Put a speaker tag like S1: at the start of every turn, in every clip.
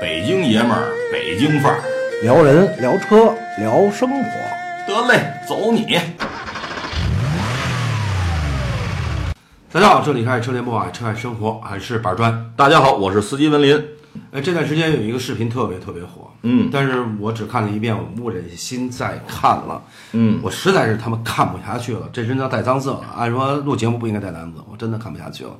S1: 北京爷们儿，北京范儿，
S2: 聊人、聊车、聊生活。
S1: 得嘞，走你！
S3: 大家好，这里是爱车联播啊，车爱生活，还是板砖。
S1: 大家好，我是司机文林。
S3: 呃，这段时间有一个视频特别特别火，
S1: 嗯
S3: 但是我只看了一遍，我不忍心再看了，
S1: 嗯，
S3: 我实在是他妈看不下去了，这真叫带脏字了。按说录节目不应该带脏字，我真的看不下去了。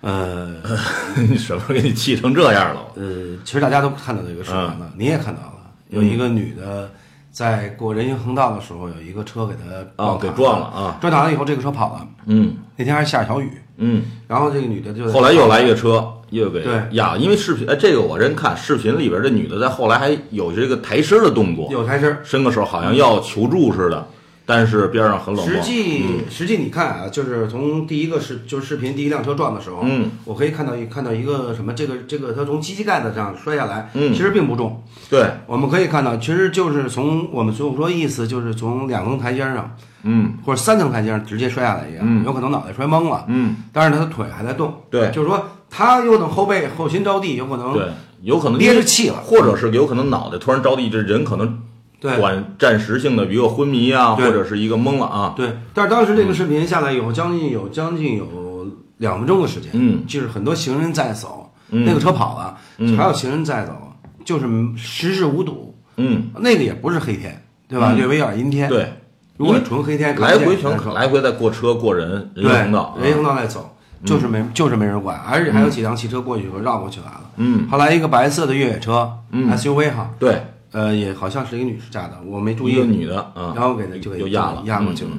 S3: 呃
S1: 你什么时候给你气成这样了？
S3: 呃，其实大家都看到这个视频了，
S1: 嗯
S3: 你也看到了，有一个女的在过人行横道的时候，有一个车给她
S1: 啊
S3: 撞
S1: 给
S3: 卡
S1: 撞了
S3: 了
S1: 啊，
S3: 撞倒了以后，这个车跑了。
S1: 嗯
S3: 那天还下小雨，
S1: 嗯，
S3: 然后这个女的就
S1: 后来又来一个车，又给
S3: 对
S1: 压了，因为视频，哎，这个我真看视频里边这女的在后来还有这个抬身的动作，
S3: 有台阶儿。
S1: 伸个手好像要求助似的，但是边上很冷
S3: 实
S1: 漠。嗯
S3: 际、实际你看啊，就是从第一个视就是视频第一辆车撞的时候，
S1: 嗯，
S3: 我可以看到一看到一个什么，这个这个它从机器盖子上摔下来，嗯，其实并不重。
S1: 对，
S3: 我们可以看到，其实就是从我们所说意思就是从两层台阶上，
S1: 嗯
S3: 或者三层台阶上直接摔下来一样，有可能脑袋摔懵了，
S1: 嗯，
S3: 但是他的腿还在动，
S1: 对
S3: 就是说他有可能后背后心着地，有可能
S1: 对，有可能
S3: 憋着气了，
S1: 或者是有可能脑袋突然着地，这人可能
S3: 对
S1: 短暂时性的一个昏迷啊，
S3: 对
S1: 或者是一个懵了啊。
S3: 对，但是当时这个视频下来以后，将近有将近有两分钟的时间，
S1: 嗯，
S3: 就是很多行人在走，那个车跑了，还有行人在走，就是实时无堵，
S1: 嗯，
S3: 那个也不是黑天，对吧？略微有点阴天。，
S1: 对，
S3: 如果纯黑天，
S1: 来回
S3: 全
S1: 全来回在过车过人，人
S3: 对
S1: 行横道，啊嗯
S3: 人行道在走，就是没就是没人管，而且还有几辆汽车过去以后绕过去来了。嗯，后来一个白色的越野车，SUV
S1: 嗯
S3: 哈，
S1: 对，
S3: 呃，也好像是一个女士驾的，我没注
S1: 一
S3: 意
S1: 个。女的啊，
S3: 然后给他就给
S1: 又压了，
S3: 压过
S1: 嗯
S3: 去了。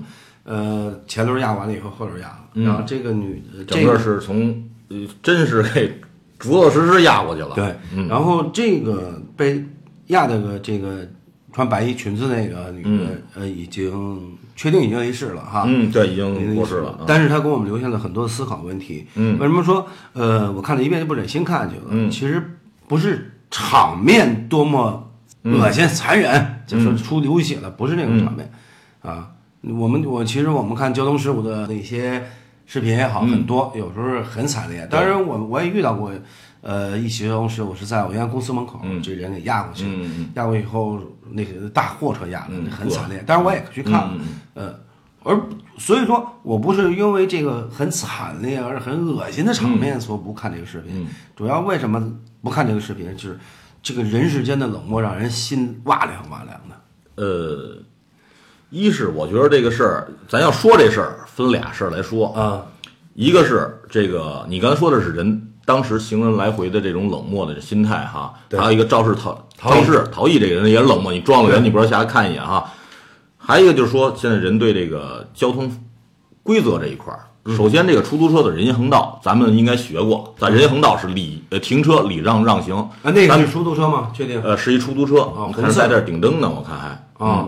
S3: 呃，前轮压完了以后，后轮压了，然后这个女的
S1: 整
S3: 这
S1: 个是从呃真是给 着着实实压过去了。
S3: 对，然后这个被压的个这个穿白衣裙子那个女的，呃，已经确定已经离世了哈。
S1: 嗯，对，已
S3: 已经离
S1: 经过世了啊。
S3: 但是她给我们留下了很多思考问题。嗯，为什么说呃，我看了一遍就不忍心看下去了？嗯，其实不是场面多么恶
S1: 嗯
S3: 心残忍，就说出流血了，不是那种场面啊。我们我其实我们看交通事故的那些视频也好，
S1: 嗯
S3: 很多有时候很惨烈。当然我我也遇到过。呃，一起交通事故是在我原来公司门口，
S1: 嗯
S3: 这人给压过去，压过以后，那个大货车压的、
S1: 嗯
S3: 很惨烈。当然我也去看了，呃，而所以说我不是因为这个很惨烈而很恶心的
S1: 嗯
S3: 场面所不看这个视频，主要为什么不看这个视频，就是这个人世间的冷漠让人心哇凉哇凉的。
S1: 呃，一是我觉得这个事儿，咱要说这事儿，分俩事儿来说
S3: 啊。
S1: 一个是这个，你刚才说的是人当时行人来回的这种冷漠的心态哈，还有一个肇事逃
S3: 逃
S1: 肇
S3: 逸
S1: 事逃逸这个人也冷漠，你撞了人，
S3: 对
S1: 你不知道下来看一眼哈。还有一个就是说，现在人对这个交通规则这一块儿，
S3: 嗯
S1: 首先这个出租车的人行横道，咱们应该学过，在人行横道是礼呃停车礼让让行
S3: 啊，那
S1: 咱
S3: 个
S1: 们
S3: 是出租车吗？确定？
S1: 呃，是一出租车，
S3: 啊
S1: 我
S3: 红
S1: 看
S3: 色
S1: 在这儿顶灯呢，我看还嗯
S3: 啊。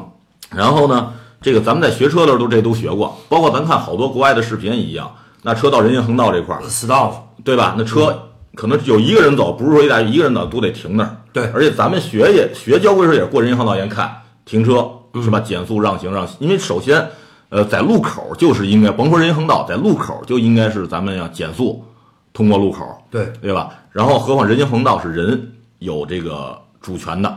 S1: 然后呢，这个咱们在学车的时候都这都学过，包括咱看好多国外的视频也一样，那车道人行横道这块儿，
S3: ，stop，
S1: 对吧？那
S3: 嗯
S1: 车可能有一个人走，不是说一大一个人走都得停那儿。
S3: 对
S1: 而且咱们学也学交规时候也过人行横道沿看停车
S3: 嗯
S1: 是吧？减速让行让，因为首先，呃，在路口就是应该甭说人行横道，在路口就应该是咱们要减速通过路口，
S3: 对
S1: 对吧？然后何况人行横道是人有这个主权的，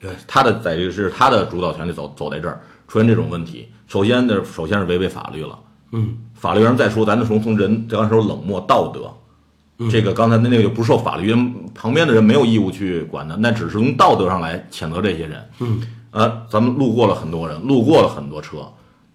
S3: 对，
S1: 他的在这个是他的主导权利走走在这儿，出现这种问题，首先呢，首先是违背法律了。
S3: 嗯，
S1: 法律上再说，咱们从从人刚才说冷漠道德，这个刚才那那个就不受法律旁边的人没有义务去管的，那只是从道德上来谴责这些人。嗯，呃，咱们路过了很多人，路过了很多车，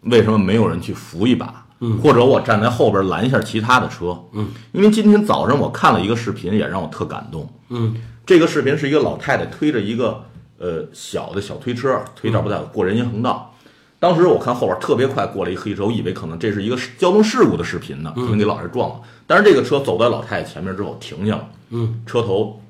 S1: 为什么没有人去扶一把？嗯，或者我站在后边拦一下其他的车。嗯，因为今天早上我看了一个视频，也让我特感动。
S3: 嗯，
S1: 这个视频是一个老太太推着一个呃小的小推车，推着不带过人行横道。当时我看后边特别快过了一黑车，我以为可能这是一个交通事故的视频呢，可能给老人撞了。但是这个车走在老太太前面之后停下了，嗯，车头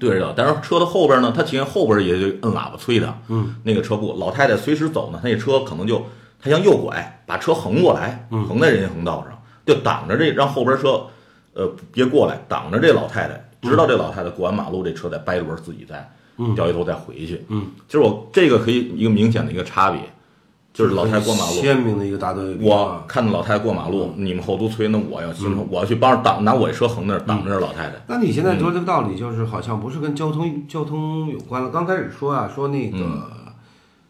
S1: 对着的，但是车的后边呢，他停下后边也就摁喇叭催的，嗯，那个车不，老太太随时走呢，她那车可能就她向右拐，把车横过来，横在人行横道上，就挡着这让后边车，呃，别过来，挡着这老太太，直到这老太太过完马路，这车再掰轮嗯自己再掉一头再回去，嗯，其实我这个可以一个明显的一个差别，嗯就是老太太过马路，
S3: 鲜明的一个大对比。
S1: 我看到老太太过马路，你们后都催，那我要心里头我要去帮着挡，拿我车横那儿挡着这老太太。
S3: 那你现在说这个道理，就是好像不是跟交通交通有关了。刚开始说啊，说那个，
S1: 嗯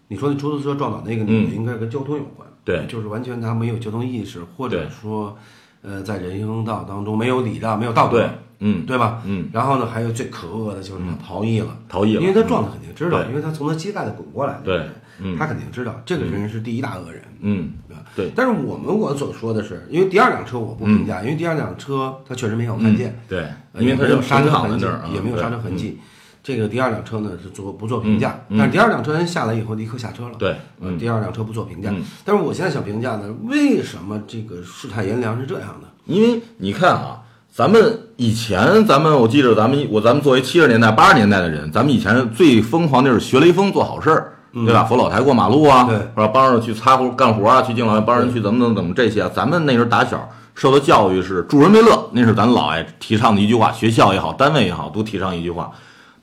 S3: 你说那出租车撞倒那个女的，应该跟交通有关。
S1: 对
S3: 就是完全他没有交通意识，或者说，呃，在人行道当中没有礼让，没有道德，
S1: 对，嗯，
S3: 对吧？
S1: 嗯。
S3: 然后呢，还有最可恶的就是他逃逸了，
S1: 逃逸了嗯
S3: 因为他撞的肯定知道，
S1: 对
S3: 因为他从他膝盖子滚过来的，
S1: 对，
S3: 他肯定知道这个人是第一大恶人。
S1: 嗯，对，
S3: 但是我们我所说的是，因为第二辆车我不评价，因为第二辆车它确实没有看见，
S1: 嗯对，
S3: 呃
S1: 因为
S3: 也
S1: 他
S3: 没有
S1: 就
S3: 刹车
S1: 停躺
S3: 痕
S1: 在
S3: 迹
S1: 那儿啊，，
S3: 也没有刹车痕迹。这个第二辆车呢是做不做评价，
S1: 嗯嗯
S3: 但是第二辆车人下来以后立刻下车了。
S1: 对
S3: 呃
S1: 嗯
S3: 第二辆车不做评价。但是我现在想评价呢，为什么这个世态炎凉是这样的？
S1: 因为你看啊，咱们以前，咱们我记着，咱们我咱们作为七十年代、八十年代的人，咱们以前最疯狂就是学雷锋做好事儿，对吧？扶老太过马路啊，
S3: 嗯对
S1: 是吧？帮着去擦活干活啊，去敬老院帮人去怎么怎么怎么这些啊。咱们那时候打小受的教育是助人为乐，那是咱老爱提倡的一句话，学校也好，单位也好，都提倡一句话。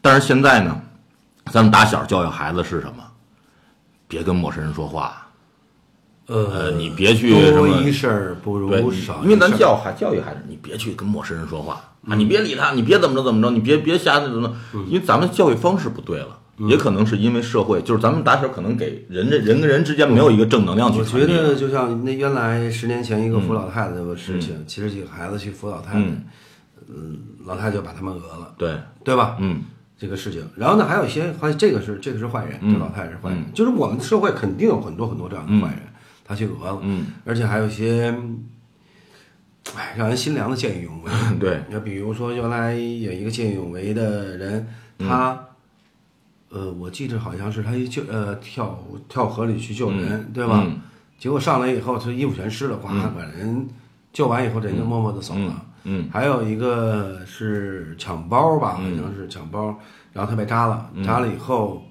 S1: 但是现在呢，咱们打小教育孩子是什么？别跟陌生人说话，呃，你别去什
S3: 多
S1: 么
S3: 一事儿不
S1: 对，
S3: 如
S1: 你
S3: 少一事儿，
S1: 因为咱教孩教育孩子，你别去跟陌生人说话
S3: 嗯
S1: 啊，你别理他，你别怎么着怎么着，你别别瞎那怎么着，因为咱们教育方式不对了，
S3: 嗯
S1: 也可能是因为社会，就是咱们打小可能给人这人跟人之间没有一个正能量去
S3: 我
S1: 传
S3: 觉
S1: 递。
S3: 得就像那原来十年前一
S1: 嗯
S3: 个扶老太太的事情，其实几个孩子去扶老太太，嗯，老太太就把他们讹了，
S1: 对，
S3: 对吧？
S1: 嗯，
S3: 这个事情，然后呢，还有一些，还有这个是这个是坏人，这老太太是坏人，就是我们社会肯定有很多很多这样的坏人，他去讹了，嗯，而且还有一些，哎，让人心凉的见义勇为。
S1: 对，
S3: 那比如说原来有一个见义勇为的人，
S1: 嗯
S3: 他，呃，我记着好像是他一救呃跳跳河里去救人，
S1: 嗯
S3: 对吧？结果上来以后，他衣服全湿了，哗、把人救完以后，人就默默的走了。
S1: 嗯
S3: 还有一个是抢包吧，好
S1: 嗯
S3: 像是抢包，然后他被扎了，扎了以后，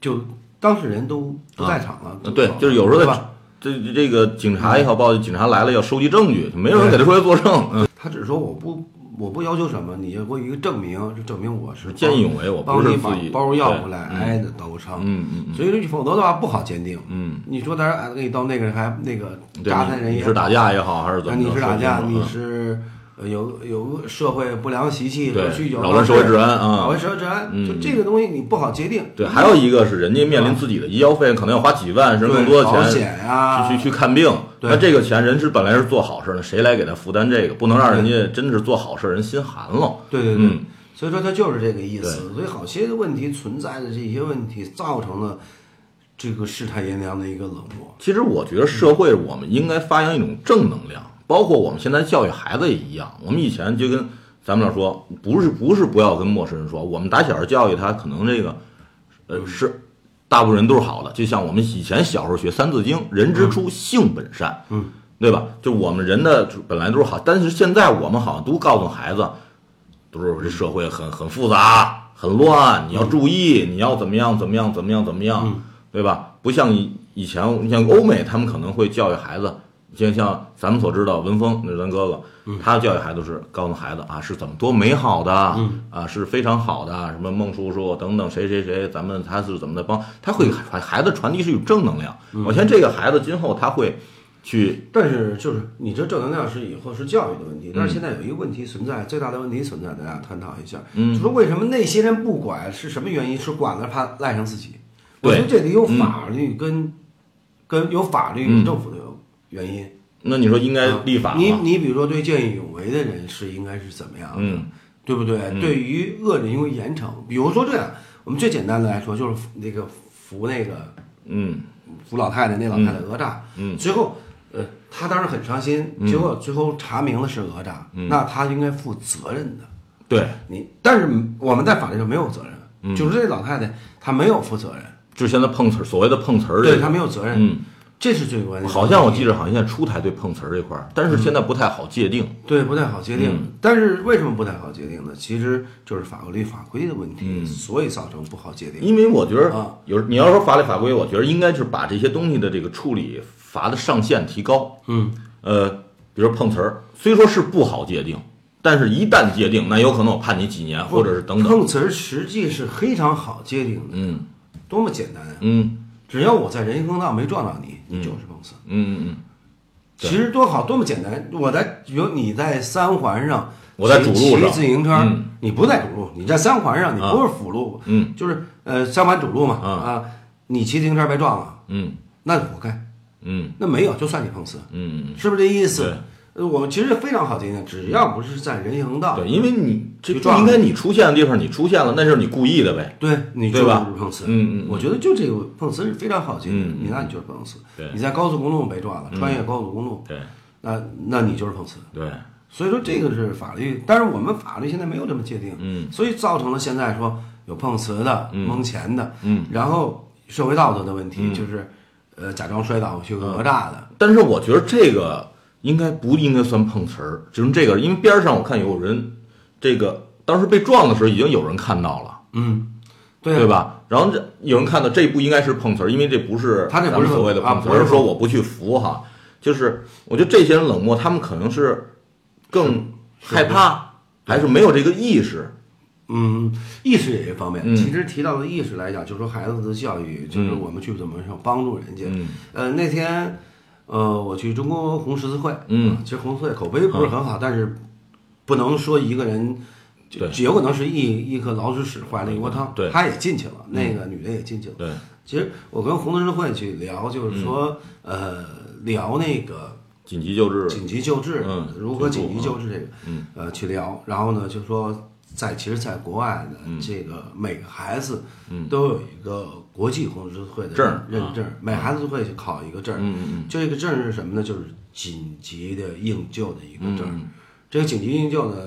S3: 就当事人都不在场了，
S1: 呃
S3: 都
S1: 对
S3: 走，了
S1: 就是有时候
S3: 对
S1: 在
S3: 吧，
S1: 这这这个警察也好，报警警察来了要收集证据，没有人给他出来作证，嗯，
S3: 他只是说我不我不要求什么，你要给我一个证明，就证明我是
S1: 见义勇为，我不
S3: 帮
S1: 是
S3: 你
S1: 自
S3: 把
S1: 己
S3: 包要回
S1: 对
S3: 来，挨的刀伤。
S1: 嗯嗯
S3: 所以这否则的话不好鉴定。嗯，你说咱挨了一刀，那个人还那个
S1: 嗯，
S3: 扎他
S1: 对，
S3: 人
S1: 你
S3: 也
S1: 你是打架也好，还是怎
S3: 那
S1: 么着？
S3: 你是打架，
S1: 说清楚
S3: 你
S1: 嗯
S3: 是呃有有社会不良习气，
S1: 对
S3: 有酗酒，
S1: 扰乱社会治安啊
S3: 扰乱社会治安，就这个东西你不好界定。
S1: 对，还有一个是人家面临自己的医药费，可能要花几万甚至
S3: 对
S1: 更多的
S3: 保
S1: 钱
S3: 险啊呀
S1: 去去去看病。
S3: 对
S1: 那这个钱人是本来是做好事呢，谁来给他负担这个？不能让人家真是做好事人心寒了。
S3: 对对对
S1: 嗯，
S3: 所以说它就是这个意思。
S1: 对
S3: 所以好些问题存在的这些问题，造成了这个世态炎凉的一个冷漠。
S1: 其实我觉得社会我们应该发扬一种正能量，包括我们现在教育孩子也一样。我们以前就跟咱们俩说，不是不是不要跟陌生人说，我们打小教育他，可能这个，呃是。大部分人都是好的，就像我们以前小时候学《三字经》，人之初，性本善，
S3: 嗯，
S1: 对吧？就我们人的本来都是好，但是现在我们好像都告诉孩子，都是这社会很很复杂、很乱，你要注意，你要怎么样怎么样怎么样怎么样，对吧？不像以以前，你像欧美，他们可能会教育孩子，就像咱们所知道文峰，那是咱哥哥，
S3: 嗯
S1: 他教育孩子是告诉孩子啊是怎么多美好的
S3: 嗯
S1: 啊是非常好的，什么孟叔叔等等谁谁谁，咱们他是怎么的帮，他
S3: 嗯
S1: 会传孩子传递是一种正能量。我相信这个孩子今后他会去
S3: 但是就是你这正能量是以后是教育的
S1: 嗯
S3: 问题，但是现在有一个问题存在，最大的问题存在，大家探讨一下，
S1: 嗯
S3: 就说为什么那些人不管是什么原因，是管了怕赖上自己。我觉得这里有法
S1: 嗯
S3: 律跟、跟有法律与政府的原因。
S1: 那你说应该立法
S3: 啊你
S1: 吗？
S3: 你比如说对见义勇为的人是应该是怎么样的，
S1: 嗯
S3: 对不对？对于恶人应该严惩，比如说这样，我们最简单的来说就是那个扶那个
S1: 嗯，
S3: 扶老太太，那老太太讹诈，嗯，最后，呃，他当时很伤心，
S1: 嗯
S3: 结果最后查明了是讹诈，那他应该负责任的。
S1: 对，
S3: 你，但是我们在法律上没有责任，
S1: 嗯
S3: 就是这老太太她没有负责任，
S1: 就现在碰瓷儿，所谓的碰瓷儿这
S3: 对
S1: 个
S3: 她没有责任，
S1: 嗯，
S3: 这是最关键的。
S1: 好像我记着，好像现在出台对碰瓷儿这块儿，但
S3: 嗯
S1: 是现在不太好界定。
S3: 对不太好界定，但是为什么不太好界定呢？其实就是法律法规的问题，所以造成不好界定。
S1: 因为我觉得
S3: 啊
S1: 有，你要说法律法规，我觉得应该是把这些东西的这个处理罚的上限提高。嗯，呃，比如碰瓷儿，虽说是不好界定，但是一旦界定，那有可能我判你几年，或者是等等。
S3: 碰瓷儿实际是非常好界定的，
S1: 嗯
S3: 多么简单啊！
S1: 嗯，
S3: 只要我在人行横道没撞到你，你就是碰瓷。
S1: 嗯嗯嗯，
S3: 其实多好，多么简单！我在有你在三环上，
S1: 我在主路上啊
S3: 骑自行车，你不在主路，你在三环上，你不是辅路，
S1: 嗯，
S3: 就是呃三环主路嘛，
S1: 嗯
S3: 啊，你骑自行车被撞了，
S1: 嗯
S3: 那活该，
S1: 嗯
S3: 那没有就算你碰瓷，
S1: 嗯，
S3: 是不是这意思
S1: 对？
S3: 呃我们其实非常好界定，只要不是在人行横道，
S1: 对，因为你这
S3: 就
S1: 不
S3: 撞了
S1: 应该你出现的地方你出现了，那是你故意的呗。
S3: 对，你就
S1: 对吧
S3: 是碰瓷。
S1: 嗯嗯嗯
S3: 我觉得就这个碰瓷是非常好界定，
S1: 嗯
S3: 你那你就是碰瓷
S1: 对。嗯
S3: 你在高速公路被撞了，穿越高速公路，
S1: 对
S3: 那那你就是碰瓷。
S1: 对，
S3: 所以说这个是法律，但是我们法律现在没有这么界定，
S1: 嗯，
S3: 所以造成了现在说有碰瓷的、蒙钱的，嗯，然后社会道德的问
S1: 嗯
S3: 题就是，呃，假装摔倒去讹诈的，
S1: 但是我觉得这个应该不应该算碰瓷儿，就是这个，因为边上我看有人，这个当时被撞的时候已经有人看到了，
S3: 嗯，对
S1: 对
S3: 啊，
S1: 吧？然后这有人看到这不应该是碰瓷儿，因为这不是
S3: 他这不
S1: 咱
S3: 是
S1: 们所谓的
S3: 啊
S1: 碰瓷
S3: 不
S1: 儿，
S3: 是
S1: 而是说
S3: 碰
S1: 我不去服哈，就是我觉得这些人冷漠，他们可能是更害怕，还是没有这个意识，
S3: 嗯，意识也一方面。
S1: 嗯
S3: 其实提到的意识来讲，就是说孩子的教育，就是我们去怎么样帮助人家。
S1: 嗯
S3: 呃，那天，呃，我去中国红十字会，啊
S1: 嗯，
S3: 其实红十字会口碑不是很好，但是不能说一个人，就
S1: 对嗯
S3: 有可能是一一颗老鼠屎坏了一锅汤。
S1: 对嗯
S3: 他也进去了，那个女的也进去了。
S1: 对，
S3: 其实我跟红十字会去聊，就是说，
S1: 嗯
S3: 呃，聊那个。
S1: 紧急救治，
S3: 紧急救治，
S1: 嗯
S3: 如何
S1: 救助
S3: 紧急救治这个，嗯，呃，去聊。然后呢，就说在其实，在国外呢，这个每个孩子都有一个国际红十字会的
S1: 证儿
S3: 认嗯证，每孩子都会去考一个证。嗯嗯，就这个证是什么呢？就是紧急的应救的一个证儿。这个紧急应救呢，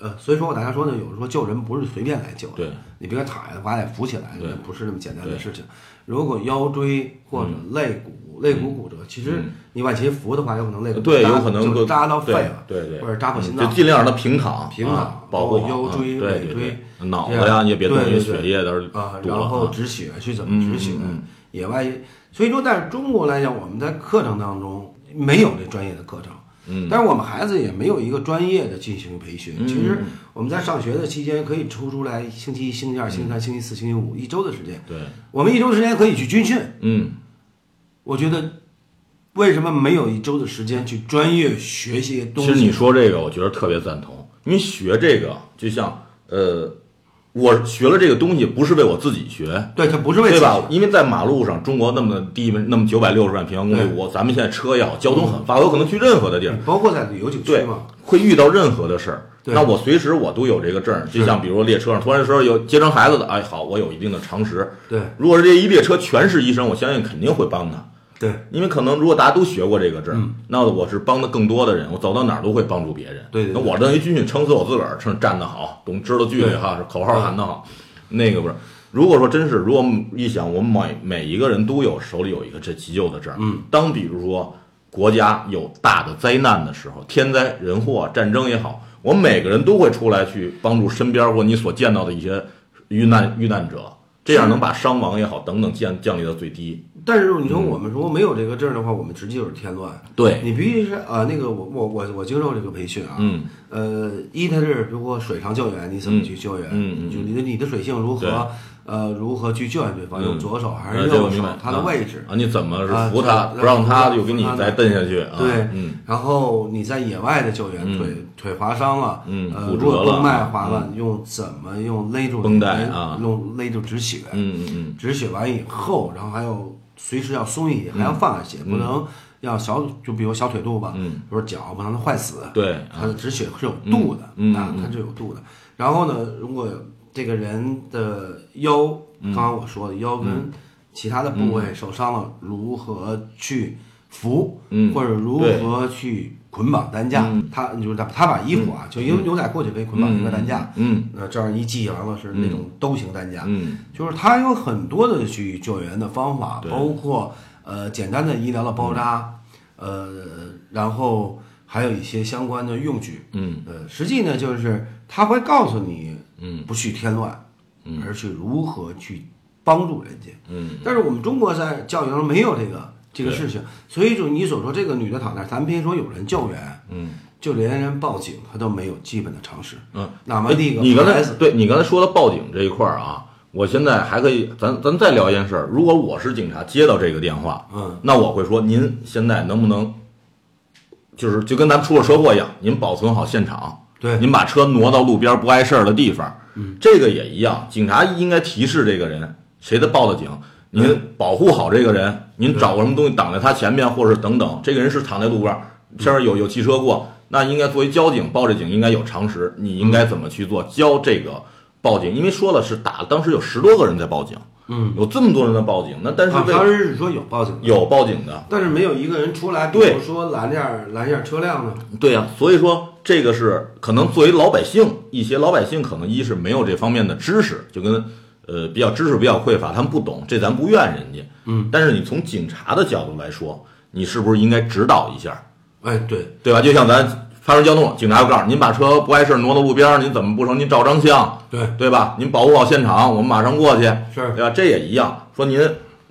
S3: 呃，所以说我大家说呢，有时候救人不是随便来救的，
S1: 对
S3: 你别躺下，把得扶起来，那不是那么简单的事情。如果腰椎或者肋骨、肋骨骨折，其实你往前扶的话，有可能肋骨
S1: 对，
S3: 扎
S1: 有可能
S3: 呃就
S1: 会
S3: 扎到肺
S1: 对
S3: 了，
S1: 对对，
S3: 或者扎破
S1: 嗯
S3: 心
S1: 就
S3: 脏。
S1: 尽量让它平躺，
S3: 平躺
S1: 啊保护好
S3: 腰
S1: 啊
S3: 椎
S1: 对
S3: 尾
S1: 对
S3: 椎
S1: 对，脑
S3: 这
S1: 袋呀
S3: 样
S1: 也别动，
S3: 对
S1: 因为
S3: 对对
S1: 血液都是
S3: 啊，
S1: 堵
S3: 然
S1: 了
S3: 后
S1: 啊嗯
S3: 止血去怎么止血，野外，所以说在中国来讲，我们在课程当中没有这专业的课程，嗯，但是我们孩子也没有一个专业的进行培
S1: 嗯
S3: 训。其实我们在上学的期间，可以抽出来星期一、星期二、星期三、星期四、星期五一周的时间，
S1: 嗯对，
S3: 我们一周时间可以去军训。
S1: 嗯，
S3: 我觉得为什么没有一周的时间去专业学习东
S1: 其
S3: 西？
S1: 实你说这个，我觉得特别赞同，因为学这个就像呃，我学了这个东西不是为我自己学。
S3: 对，它不是为
S1: 对
S3: 自己
S1: 吧？因为在马路上，中国那么地，那么九百六十万平方公里，
S3: 对
S1: 我咱们现在车也好，交通很发达，我有可能去任何的地儿，
S3: 包括在旅游景区
S1: 对
S3: 嘛，，
S1: 会遇到任何的事儿。
S3: 对
S1: 那我随时我都有这个证儿，就像比如说列车上突然说有接生孩子的，哎，好，我有一定的常识。
S3: 对
S1: 如果是这一列车全是医生，我相信肯定会帮他，
S3: 对
S1: 因为可能如果大家都学过这个证儿，
S3: 嗯
S1: 那我是帮的更多的人，我走到哪儿都会帮助别人。
S3: 对对对
S1: 那我认为军训撑死我自个儿，撑站得好，懂知道距离
S3: 对
S1: 哈，口号喊得好，那个不是。如果说真是，如果一想，我们每每一个人都有手里有一个这急救的证，嗯，当比如说国家有大的灾难的时候，天灾人祸、战争也好，我们每个人都会出来去帮助身边或你所见到的一些遇难遇难者，这样能把伤亡也好等等降降低到最低。
S3: 但是你说我们如果没有这个证儿的话，我们直接就是添乱。
S1: 对，
S3: 你必须是啊、呃那个我我我我接受这个培训啊，
S1: 嗯，
S3: 呃，一它是如果水上救援你怎么去救援，
S1: 嗯嗯嗯
S3: 就你的你的水性如
S1: 对
S3: 何，呃，如何去救援对方，用左手还是
S1: 呃这我
S3: 右
S1: 明
S3: 手
S1: 白，
S3: 它的位置，
S1: 啊，你怎么
S3: 啊
S1: 是扶他，
S3: 这
S1: 不让他
S3: 让
S1: 又给你
S3: 扶他
S1: 再蹬下去啊？
S3: 对，
S1: 嗯，
S3: 然后你在野外的救援，腿腿划伤了，
S1: 嗯
S3: 呃，
S1: 骨折
S3: 如果动脉
S1: 了嗯
S3: 划了，用怎么用勒住
S1: 绷带
S3: 勒
S1: 啊
S3: 用勒住止血，
S1: 嗯嗯嗯，
S3: 止血完以后，然后还要随时要松一些，还要放下血，
S1: 嗯
S3: 不能要小，就比如小腿肚吧，嗯，或者脚不能让它坏死，
S1: 对
S3: 它的止血是有度的，
S1: 嗯嗯
S3: 啊，它是有度的。然后呢，如果这个人的腰，
S1: 嗯
S3: 刚刚我说的腰跟其他的部位受伤了，如何去扶，
S1: 嗯
S3: 或者如何去捆绑担架？他就是他他把衣服啊，就牛牛仔裤就可以捆绑一个担架，
S1: 嗯，
S3: 那这样一系完了是那种兜型担架，
S1: 嗯，
S3: 就是它有很多的去救援的方法，包括呃简单的医疗的包扎，呃，然后还有一些相关的用具，嗯，呃，实际呢就是他会告诉你，嗯，不去添乱，嗯，而去如何去帮助人家，嗯，但是我们中国在教育当中没有这个这个事情，所以就你所说这个女的躺那儿，咱别说有人救援，嗯。就连人报警，他都没有基本的常识。
S1: 嗯，
S3: 哪怕那个
S1: 你刚
S3: 孩
S1: 才
S3: 子
S1: 对你刚才说的报警这一块儿啊，我现在还可以，咱咱再聊一件事儿。如果我是警察，接到这个电话，
S3: 嗯，
S1: 那我会说，您现在能不能，就是就跟咱们出了车祸一样，您保存好现场，
S3: 对
S1: 您把车挪到路边不碍事儿的地方，嗯，这个也一样，警察应该提示这个人，谁的报的警，您保护好这个人，您找个什么东西挡在他前面，或者是等等，这个人是躺在路边儿，前面有有汽车过，那应该作为交警报这警应该有常识，你应该怎么去做交这个报警？因为说了是打，当时有十多个人在报警，嗯，有这么多人在报警，那但是
S3: 啊
S1: 为
S3: 当时是说有报警的，
S1: 有报警的，
S3: 但是没有一个人出来，比
S1: 对
S3: 如说拦下拦下车辆呢。
S1: 对呀、所以说这个是可能作为老百姓，一些老百姓可能一是没有这方面的知识，就跟呃比较知识比较匮乏，他们不懂，这咱不怨人家，嗯，但是你从警察的角度来说，你是不是应该指导一下，
S3: 哎，对，
S1: 对吧？就像咱发生交通，警察就告诉你您把车不碍事儿挪到路边儿，您怎么不成？您照张相，
S3: 对
S1: 对吧？您保护好现场，我们马上过去，
S3: 是
S1: 对吧？这也一样，说您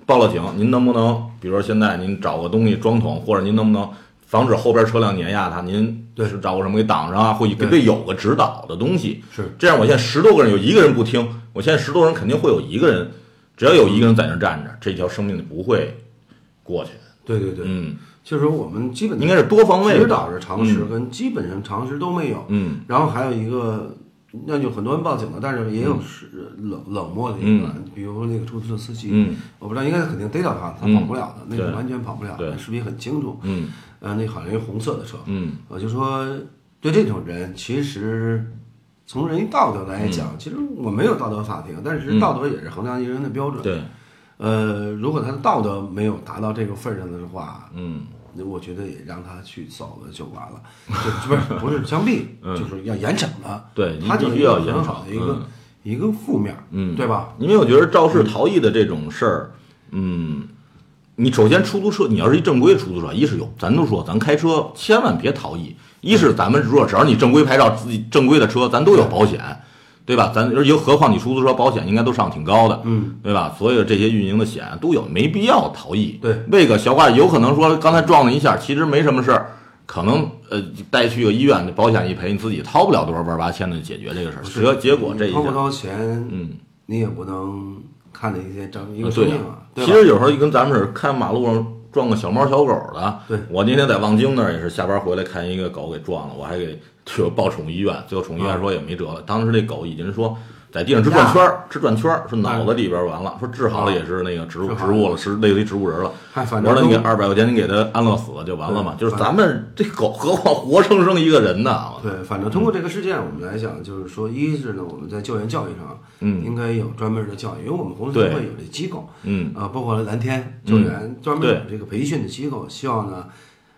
S1: 报了警，您能不能，比如说现在您找个东西装桶，或者您能不能防止后边车辆碾压它？您
S3: 对
S1: 是找个什么给挡上啊？或者给
S3: 对
S1: 对有个指导的东西。
S3: 是
S1: 这样，我现在十多个人有一个人不听，我现在十多人肯定会有一个人，只要有一个人在那儿站着，这条生命就不会过去。
S3: 对对对，
S1: 嗯，
S3: 就是我们基本
S1: 应该嗯是多方位的
S3: 指导是常识跟基本上常识都没有。
S1: 嗯，
S3: 然后还有一个，那就很多人报警了，但是也
S1: 嗯
S3: 有是冷冷漠的一个，比如说那个出租车司机，
S1: 嗯
S3: 我不知道，应该肯定逮到他，他
S1: 嗯
S3: 跑不了的，那
S1: 对
S3: 个完全跑不了，
S1: 对
S3: 那视频很清楚。
S1: 嗯
S3: 呃，那好像一红色的车，
S1: 嗯
S3: 我就说对这种人，其实从人道德来讲，
S1: 嗯
S3: 其实我没有道德法庭，但是道德也是衡量一个人的标准。
S1: 对，
S3: 呃，如果他的道德没有达到这个份儿上的话，
S1: 嗯
S3: 那我觉得也让他去走了就完了， 就不是不是枪毙，就是要严惩了。
S1: 嗯对
S3: 他
S1: 你
S3: 就
S1: 必
S3: 是
S1: 须
S3: 一个
S1: 要严
S3: 很好
S1: 惩
S3: 的一个一个负面，
S1: 嗯
S3: 对吧？
S1: 因为我觉得肇事逃逸的这种事儿，嗯，你首先出租车，你要是一正规出租车，一是有，咱都说咱开车千万别逃逸，一是咱们如果只要你正规牌照，自己正规的车，咱都有保险，对吧？咱而且何况你出租车保险应该都上挺高的，
S3: 嗯，
S1: 对吧？所有这些运营的险都有，没必要逃逸。
S3: 对，
S1: 为个小挂，有可能说刚才撞了一下，其实没什么事儿。可能呃带去个医院，保险一赔，你自己掏不了多少万八千的解决这个事儿。结结果这一
S3: 你
S1: 下
S3: 掏不掏钱，
S1: 嗯，
S3: 你也不能看着一些张一个生
S1: 对呀
S3: 命啊，对
S1: 其
S3: 吧？
S1: 实有时候就跟咱们似的，开马路上撞个小猫小狗的。
S3: 对
S1: 我那天在望京那儿也是下班回来看一个狗给撞了，我还给就报宠物医院，最后宠物医
S3: 嗯
S1: 院说也没辙了。当时那狗已经说在地上直转圈儿，直转圈儿，说脑子里边完了，说治好了也是那个植物
S3: 嗯啊治好
S1: 植
S3: 了
S1: 物了，是类似于植物人了。
S3: 嗨，
S1: 我
S3: 哎反
S1: 说那
S3: 正
S1: 你给
S3: 都
S1: 二百块钱，你给它安乐死了就完了嘛。
S3: 对
S1: 就是咱们这狗，何况活生生一个人啊呐。
S3: 对，反正通过这个事件，我们来讲，就是说，一是呢，我们在救援教育上，
S1: 嗯
S3: 应该有专门的教育，因为我们红十
S1: 对
S3: 字会有这机构，
S1: 嗯
S3: 啊，包括蓝天救援专门有这个培训的机构，希望呢，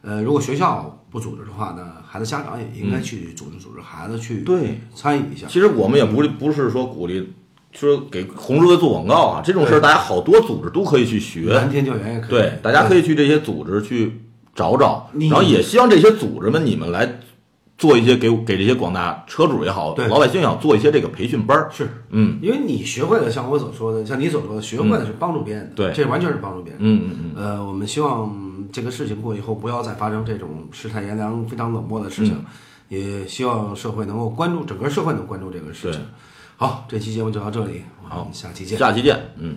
S3: 呃，如果学校不组织的话呢，孩子家长也应该去组织组织孩子去
S1: 嗯对
S3: 参与一下，
S1: 其实我们也不不是说鼓励，说给红十字做广告啊，这种事儿大家好多组织都可以去学。
S3: 蓝天救援也可以，
S1: 对，大家可以去这些组织去找找，
S3: 你
S1: 然后也希望这些组织们你们来做一些给给这些广大车主也好，
S3: 对
S1: 老百姓也好，做一些这个培训班儿。
S3: 是
S1: 嗯
S3: 因为你学会了，像我所说的，像你所说的，学会了是帮助别人的，
S1: 对
S3: 这完全是帮助别人的。
S1: 嗯嗯嗯，
S3: 呃，我们希望这个事情过以后不要再发生这种世态炎凉、非常冷漠的事
S1: 嗯
S3: 情，也希望社会能够关注，整个社会能关注这个事情。好，这期节目就到这里，我们下期见。
S1: 下期见。嗯。